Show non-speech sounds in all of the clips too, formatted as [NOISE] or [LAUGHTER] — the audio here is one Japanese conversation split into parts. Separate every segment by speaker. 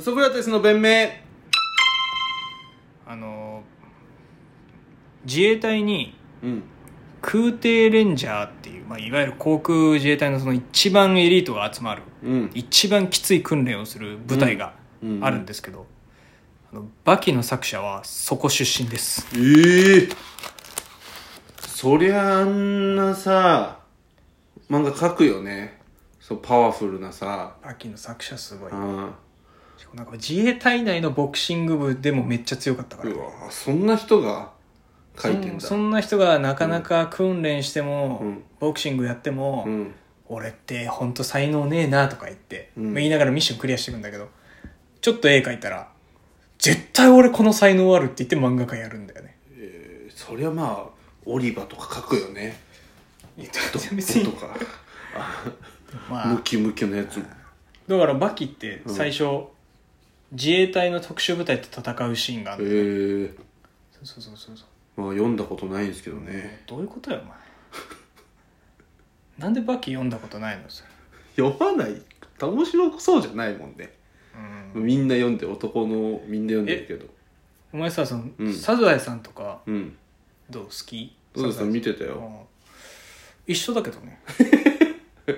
Speaker 1: ソクラテスの弁明
Speaker 2: あの自衛隊に
Speaker 1: うん
Speaker 2: 空挺レンジャーっていう、まあ、いわゆる航空自衛隊のその一番エリートが集まる
Speaker 1: うん
Speaker 2: 一番きつい訓練をする部隊が
Speaker 1: うんうん
Speaker 2: あるんですけど、あのバキの作者はそこ出身です
Speaker 1: ええそりゃあんなさ漫画描くよねそうパワフルなさ
Speaker 2: バキの作者すごい
Speaker 1: あ
Speaker 2: なんか自衛隊内のボクシング部でもめっちゃ強かったか
Speaker 1: う
Speaker 2: ら
Speaker 1: わそんな人が描いてんだ
Speaker 2: そんそんな人がなかなか訓練しても、
Speaker 1: うん
Speaker 2: ボクシングやっても、
Speaker 1: うん
Speaker 2: 俺ってほんと才能ねえなとか言って、
Speaker 1: うん
Speaker 2: 言いながらミッションクリアしていくんだけどちょっと絵描いたら絶対俺この才能あるって言って漫画家やるんだよね
Speaker 1: そりゃまあオリバとか描くよねド
Speaker 2: [LAUGHS] 別
Speaker 1: ッと
Speaker 2: に
Speaker 1: か
Speaker 2: まあ
Speaker 1: ムキムキのやつ
Speaker 2: だからバキって最初、自衛隊の特殊部隊と戦うシーンがあ
Speaker 1: ええ
Speaker 2: る、そうそうそうそう
Speaker 1: まあ読んだことないんですけどね
Speaker 2: どういうことよお前なんでバキ読んだことないのそれ
Speaker 1: 読まない面白そうじゃないもんね
Speaker 2: うん
Speaker 1: みんな読んで男のみんな読んでるけど
Speaker 2: お前さその、
Speaker 1: うん
Speaker 2: サザエさんとか
Speaker 1: うん
Speaker 2: どう好き
Speaker 1: そうです
Speaker 2: サザエさん
Speaker 1: 見てた
Speaker 2: う
Speaker 1: よ
Speaker 2: ん一緒だけどね [LAUGHS]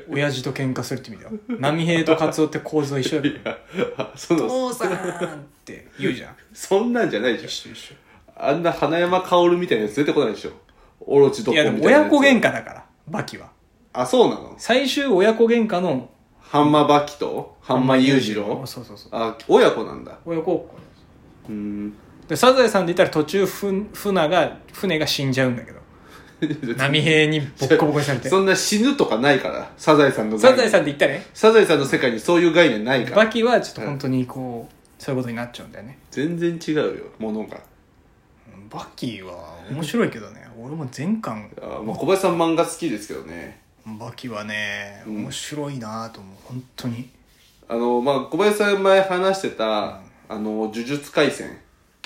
Speaker 2: 親父と喧嘩するって意味では波平とカツオって構造一緒だけどね
Speaker 1: あ [LAUGHS] そ
Speaker 2: 「
Speaker 1: の
Speaker 2: 父さん!」って言うじゃん
Speaker 1: そんなんじゃないで
Speaker 2: 一
Speaker 1: し
Speaker 2: 緒一
Speaker 1: ょあんな花山薫みたいなやつ出てこないでしょオロチ
Speaker 2: 緒
Speaker 1: ど
Speaker 2: い
Speaker 1: こみ
Speaker 2: や
Speaker 1: た
Speaker 2: で
Speaker 1: いな
Speaker 2: も親子喧嘩
Speaker 1: 嘩
Speaker 2: だからバキは
Speaker 1: あそうなの
Speaker 2: 最終親子喧嘩の
Speaker 1: ハンマーバキとハンマー裕次郎
Speaker 2: そうそうそう
Speaker 1: あ親子なんだ
Speaker 2: 親子
Speaker 1: うーん
Speaker 2: でサザエさんで言ったら途中ふ船が船が死んじゃうんだけど
Speaker 1: [LAUGHS]
Speaker 2: 波平にボッコボコにされて
Speaker 1: そんな死ぬとかないからサザエさんの概
Speaker 2: サ
Speaker 1: 念
Speaker 2: ザエさんで言ったらね
Speaker 1: サザエさんの世界にそういう概念ないから
Speaker 2: バキはちょっと本当にこうそういうことになっちゃうんだよね
Speaker 1: 全然違うよものが
Speaker 2: バキは面白いけどね俺も全巻
Speaker 1: あ、まあ、小林さん漫画好きですけどね
Speaker 2: バキはね
Speaker 1: うん
Speaker 2: 面白いなと思う本当に
Speaker 1: あの、まあ、小林さん前話してた、あの、呪術廻戦。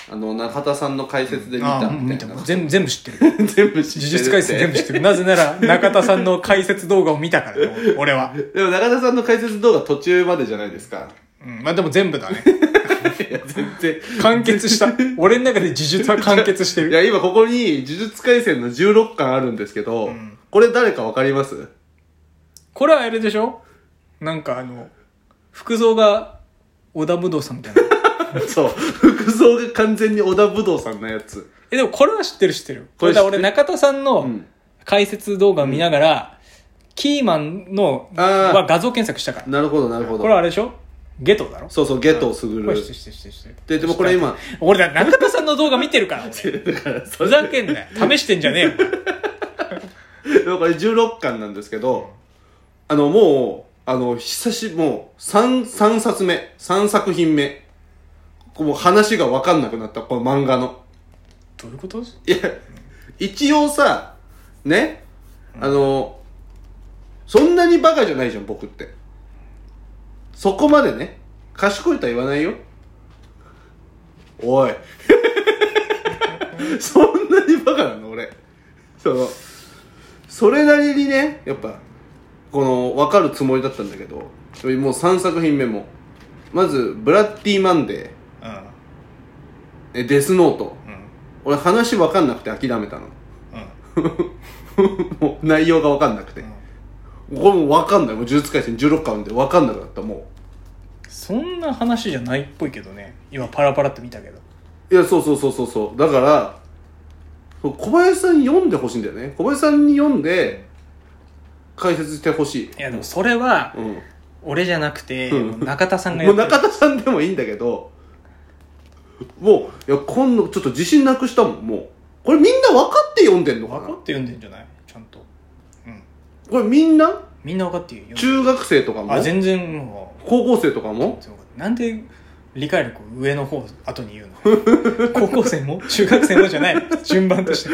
Speaker 1: あの、中田さんの解説で見
Speaker 2: あ
Speaker 1: た
Speaker 2: あもう
Speaker 1: み
Speaker 2: 見
Speaker 1: た
Speaker 2: た
Speaker 1: いな。
Speaker 2: 全部全部知ってる呪
Speaker 1: 全部 [LAUGHS] 知ってるって
Speaker 2: 術廻 [LAUGHS] 戦全部知ってるなぜなら中田さんの解説動画を見たからね俺は、
Speaker 1: でも中田さんの解説動画途中までじゃないです [LAUGHS] か。
Speaker 2: うん、まあでも全部だね
Speaker 1: いや、全然。
Speaker 2: 完結した俺の中で呪術は完結して
Speaker 1: い
Speaker 2: る
Speaker 1: や、今ここに呪術廻戦の16巻あるんですけど、
Speaker 2: うん
Speaker 1: これ誰かわかり [LAUGHS] ます
Speaker 2: これはあれでしょなんかあの福蔵が織田武道さんみたいな
Speaker 1: そう。服装が完全に織田武道さんのやつ。
Speaker 2: えでもこれは知ってる知ってる
Speaker 1: こ
Speaker 2: こ
Speaker 1: れ
Speaker 2: れ
Speaker 1: 知っ
Speaker 2: だ
Speaker 1: てる
Speaker 2: 俺中田さんの、
Speaker 1: うん
Speaker 2: 解説動画を見ながら、キーマンの
Speaker 1: あー
Speaker 2: は画像検索したから
Speaker 1: なるほど、なるほど。
Speaker 2: これあれでしょゲトだろ
Speaker 1: そうそう、ゲトをすぐ
Speaker 2: これ
Speaker 1: る
Speaker 2: して。してしてして
Speaker 1: で、でもこれ今、
Speaker 2: 俺だ中田さんの動画見てるか
Speaker 1: [LAUGHS]
Speaker 2: ら俺ふざけんなよ試してんじゃねえよ
Speaker 1: でもこれ16巻なんですけど、あの、もう、あの、久し、もう、3、三冊目、3作品目。こうもう話がわかんなくなった、この漫画の。
Speaker 2: どういうこと
Speaker 1: いや、一応さ、ね、あの、そんなにバカじゃないじゃん、僕って。そこまでね、賢いとは言わないよ。おい。そんなにバカなの、俺。その、それなりにね、やっぱ、この、わかるつもりだったんだけど、もう3作品目も。まず、ブラッディ・マンデ
Speaker 2: うん
Speaker 1: ー、えデスノート。
Speaker 2: うん
Speaker 1: 俺話わかんなくて諦めたの。
Speaker 2: うん
Speaker 1: [LAUGHS] もう内容が分かんなくて、これもう分かんないもう呪術廻戦16巻で分かんなくなったも
Speaker 2: そんな話じゃないっぽいけどね今パラパラって見たけど
Speaker 1: ういやそうそうそうそうそうだからそう小林さんに読んでほしいんだよね小林さんに読んで解説してほしい、
Speaker 2: いやでもそれは
Speaker 1: うん、
Speaker 2: 俺じゃなくて、
Speaker 1: うん
Speaker 2: 中田さん
Speaker 1: も
Speaker 2: がや
Speaker 1: う
Speaker 2: ってる
Speaker 1: 中田さんでもいいんだけどもういや今度ちょっと自信なくしたもんもうこれみんな分かって読んでんの
Speaker 2: 分
Speaker 1: か
Speaker 2: かっ
Speaker 1: な
Speaker 2: て読んでんじゃないちゃんとうん
Speaker 1: これみんな
Speaker 2: みんな分かって読んでる
Speaker 1: 中学生とかも
Speaker 2: あ全然もう
Speaker 1: 高校生とかも
Speaker 2: そうなんで理解力上の方後に言う [LAUGHS] の高校生も中学生もじゃない順番としてい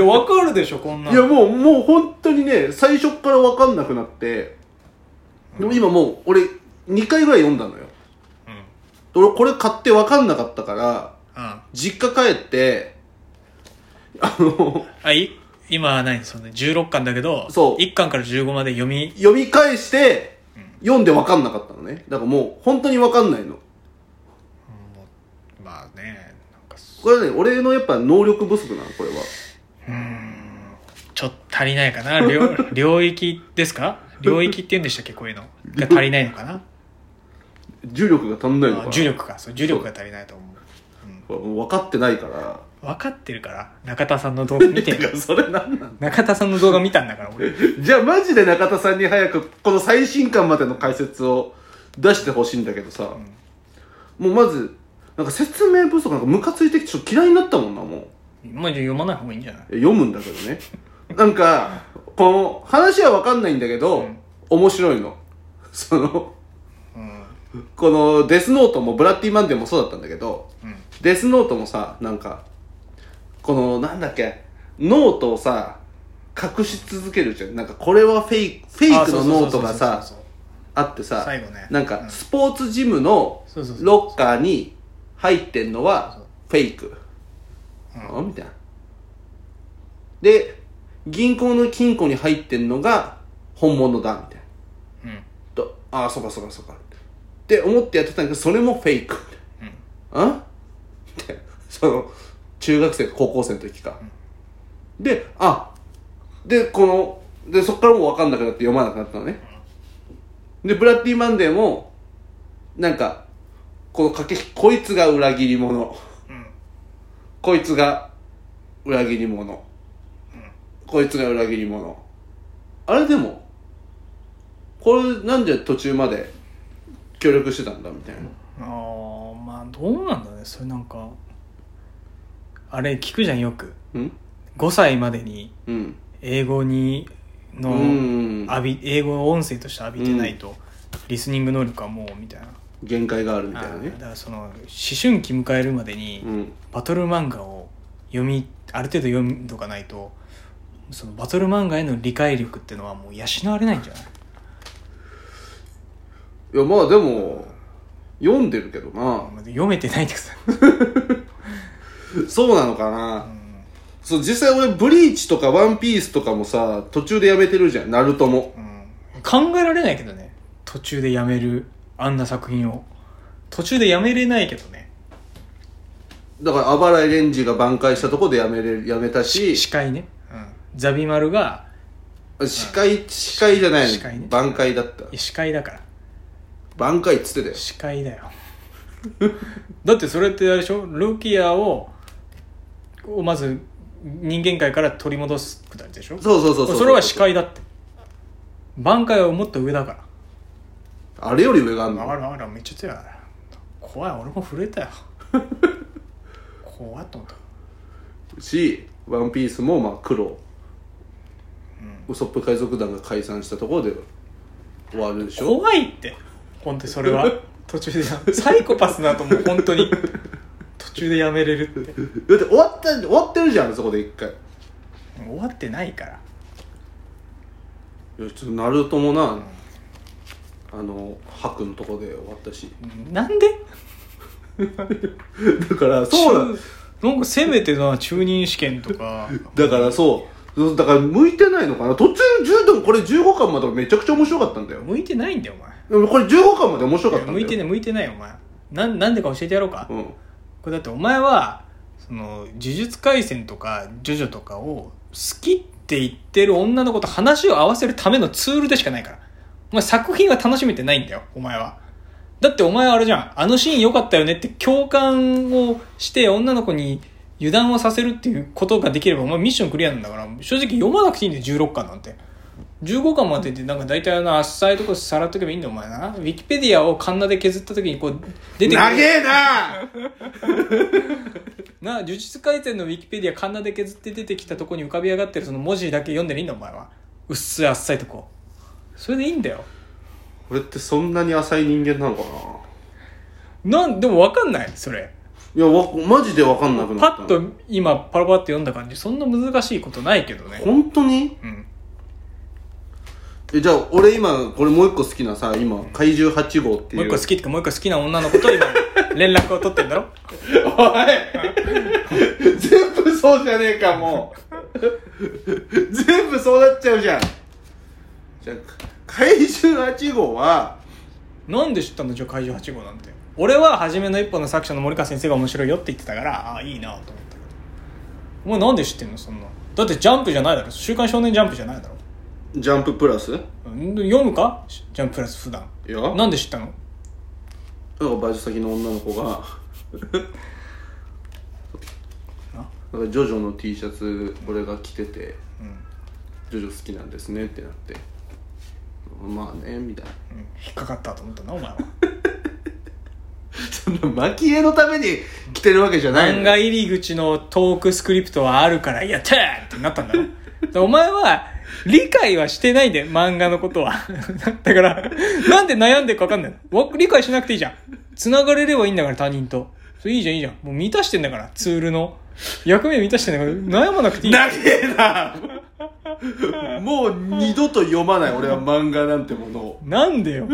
Speaker 2: や分かるでしょこんない
Speaker 1: やもうもう本当にね最初から分かんなくなって、でも今もう俺2回ぐらい読んだのよ
Speaker 2: うんうん
Speaker 1: 俺これ買って分かんなかったから実家帰ってあの
Speaker 2: あい今はないその16巻だけど
Speaker 1: そう
Speaker 2: 1巻から15まで読み
Speaker 1: 読み返して読んで分かんなかったのねだからもう本当に分かんないの
Speaker 2: ねなんかす
Speaker 1: これはね俺のやっぱ能力不足なのこれは
Speaker 2: うーんちょっと足りないかな領 [LAUGHS] 領域ですか領域って言うんでしたっけこういうのが足りないのか [LAUGHS] な
Speaker 1: 重力が足んないのか
Speaker 2: あ
Speaker 1: な
Speaker 2: 重力かそう重力が足りないと思う、
Speaker 1: これもう分かってないから
Speaker 2: うん、分かってるから中田さんの動画見て
Speaker 1: てかそれなんなん
Speaker 2: 中田さんの動画見たんだから俺
Speaker 1: じゃあマジで中田さんに早くこの最新刊までの解説を出してほしいんだけどさ、もうまずなんか説明不足なんかムカついてきてちょっと嫌いになったもんなもう
Speaker 2: まあじゃあ読まない方がいいんじゃない
Speaker 1: 読むんだけどねなんかこの話は分かんないんだけど、
Speaker 2: うん
Speaker 1: 面白いのその
Speaker 2: うん
Speaker 1: このデスノートもブラッディ・マンデーもそうだったんだけど
Speaker 2: うん
Speaker 1: デスノートもさなんかこのなんだっけノートをさ隠し続けるじゃんなんかこれはフェイクフェイクのノートが
Speaker 2: あ
Speaker 1: さ
Speaker 2: そうそうそうそうそう
Speaker 1: あってさ
Speaker 2: 最後ね
Speaker 1: なん
Speaker 2: う
Speaker 1: か
Speaker 2: ん
Speaker 1: スポーツジムの
Speaker 2: そうそうそう
Speaker 1: ロッカーに入ってんのはフェイク、
Speaker 2: う
Speaker 1: あみたいなで銀行の金庫に入ってんのが本物だみたいな
Speaker 2: うん
Speaker 1: とああそうかそうかそうかって思ってやってたんだけどそれもフェイク
Speaker 2: うん
Speaker 1: あってその中学生高校生の時か、であでこのでそっからもう分かんなくなって読まなくなったのね、でブラッディ・マンデーもなんかこの駆け引きこいつが裏切り者
Speaker 2: うん
Speaker 1: こいつが裏切り者、こいつが裏切り者あれでもこれなんで途中まで協力してたんだみたいな、
Speaker 2: あーまあどうなんだねそれなんかあれ聞くじゃんよく
Speaker 1: うん
Speaker 2: 5歳までに
Speaker 1: うん
Speaker 2: 英語にの、
Speaker 1: うん
Speaker 2: 浴び英語を音声として浴びてないと、リスニング能力はもうみたいな
Speaker 1: 限界があるみ
Speaker 2: あ
Speaker 1: たいなね
Speaker 2: ーだからその思春期迎えるまでに、
Speaker 1: うん
Speaker 2: バトル漫画を読みある程度読んどかないとそのバトル漫画への理解力っていうのはもう養われないんじゃない
Speaker 1: いやまあでも読んでるけどな
Speaker 2: 読めてないん [LAUGHS] です、
Speaker 1: そうなのかな、
Speaker 2: うん
Speaker 1: そう実際俺ブリーチとかワンピースとかもさ途中でやめてるじゃんナルトも
Speaker 2: うん考えられないけどね途中でやめるあんな作品を途中でやめれないけどね
Speaker 1: だからあばらいレンジが挽回したとこでやめれやめたし
Speaker 2: 司会ね、うん、ザビマルが
Speaker 1: 司会司会じゃない
Speaker 2: 司会ね
Speaker 1: 挽回だった
Speaker 2: いや司会だから
Speaker 1: 挽回っつってたよ
Speaker 2: 司会だよ [LAUGHS] だってそれってあれでしょルキアををまず人間界から取り戻すくだりでしょ
Speaker 1: そうそうそうう
Speaker 2: それは司会だって挽回はもっと上だから
Speaker 1: あれより上があん
Speaker 2: あ
Speaker 1: の
Speaker 2: らあらめっちゃ強いな怖い俺も震え [LAUGHS] たよ怖っと思った
Speaker 1: しワンピースもまあ黒、ウソップ海賊団が解散したところで終わるでしょ
Speaker 2: 怖いって本当にそれは [LAUGHS] 途中でやサイコパスだと思う本当に途中でやめれるって
Speaker 1: だって終わった終わってるじゃんそこで一回
Speaker 2: 終わってないから
Speaker 1: いやちょっとナルトもな、あのハクのとこで終わったし
Speaker 2: なんで
Speaker 1: だからそう
Speaker 2: 中なんかせめてな中任試験と [LAUGHS] か
Speaker 1: だだからそうだから向いてないのかな途中10でもこれ15巻までめちゃくちゃ面白かったんだよ
Speaker 2: 向いてないんだよお前
Speaker 1: でもこれ15巻まで面白かったんだよ
Speaker 2: 向いてない向いてないよお前なんなんでか教えてやろうか、
Speaker 1: うん
Speaker 2: これだってお前はその呪術廻戦とかジョジョとかを好きって言ってる女の子と話を合わせるためのツールでしかないからお前作品は楽しめてないんだよお前はだってお前はあれじゃんあのシーン良かったよねって共感をして女の子に油断をさせるっていうことができればお前ミッションクリアなんだから正直読まなくていいんだよ16巻なんて15巻まででなんか大体あのあっさいとこさらっとけばいいんだよお前なウィキペディアをカンナで削った時にこう出て
Speaker 1: 長えな
Speaker 2: な呪術廻戦のウィキペディアカンナで削って出てきたとこに浮かび上がってるその文字だけ読んでりいいんだお前はうっすいあっさいとこそれでいいんだよ
Speaker 1: 俺ってそんなに浅い人間なのかな
Speaker 2: なんでも分かんないそれ
Speaker 1: いやわマジで分かんなく
Speaker 2: パ
Speaker 1: なった
Speaker 2: ッと今パラパラって読んだ感じそんな難しいことないけどね
Speaker 1: 本当に
Speaker 2: うん
Speaker 1: えじゃあ俺今これもう一個好きなさ今怪獣8号ってい
Speaker 2: もう
Speaker 1: う
Speaker 2: 一個好きってかもう一個好きな女の子
Speaker 1: [LAUGHS]
Speaker 2: と今連絡を取ってんだろ
Speaker 1: おい [LAUGHS] 全部そうじゃねえかもう [LAUGHS] 全部そうなっちゃうじゃんじゃあ怪獣8号は
Speaker 2: なんで知ったんだじゃあ怪獣8号なんて俺は初めの一歩の作者の森川先生が面白いよって言ってたからああいいなと思ったけどお前なんで知ってんのそんなだってジャンプじゃないだろ「週刊少年ジャンプ」じゃないだろ
Speaker 1: ジャンププラスい
Speaker 2: うん読むかジャンププラス普段
Speaker 1: やなんか
Speaker 2: なんで知ったの
Speaker 1: バイト先の女の子が
Speaker 2: な
Speaker 1: なんかジョジョの T シャツ俺が着てて
Speaker 2: うん、
Speaker 1: ジョジョ好きなんですねってなってまあねみたいな [LAUGHS]
Speaker 2: うん、引っかかったと思ったなお前は
Speaker 1: そんな蒔絵のために着てるわけじゃない
Speaker 2: [LAUGHS] 漫画入り口のトークスクリプトはあるからやったーってなったんだろでお前は理解はしてないんだよ漫画のことは [LAUGHS] だからなんで悩んでるか分かんないのわ理解しなくていいじゃん繋がれればいいんだから他人とそれいいじゃんいいじゃんもう満たしてんだからツールの役目満たしてんだから悩まなくていい
Speaker 1: 長えなもう二度と読まない俺は漫画なんてものを
Speaker 2: なんでよ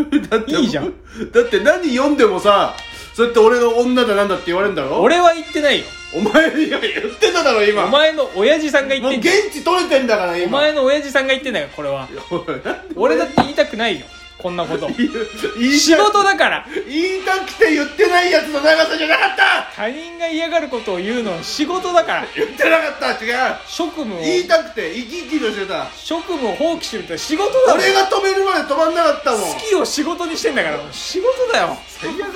Speaker 2: いいじゃん
Speaker 1: だって何読んでもさそうやって俺の女だなんだって言われるんだろ
Speaker 2: 俺は言ってないよ
Speaker 1: お前いや言ってただろ今
Speaker 2: お前の親父さんが言
Speaker 1: も
Speaker 2: っ
Speaker 1: う
Speaker 2: てんじゃん
Speaker 1: 現地取れてんだから
Speaker 2: お
Speaker 1: 今
Speaker 2: 前の親父さんが言ってんだよこれは俺だって言いたくないよこんなこと
Speaker 1: 言い
Speaker 2: 仕
Speaker 1: た
Speaker 2: 事だから
Speaker 1: 言いたくて言ってないやつの長さじゃなかった
Speaker 2: 他人が嫌がることを言うのは仕事だから
Speaker 1: 言ってなかった違う
Speaker 2: 職務を
Speaker 1: 言いたくて生き生きとしてた
Speaker 2: 職務を放棄してるって仕事だろ
Speaker 1: 俺が止めるまで止まんなかったもん
Speaker 2: 好きを仕事にしてんだから仕事だよ
Speaker 1: 最悪だよ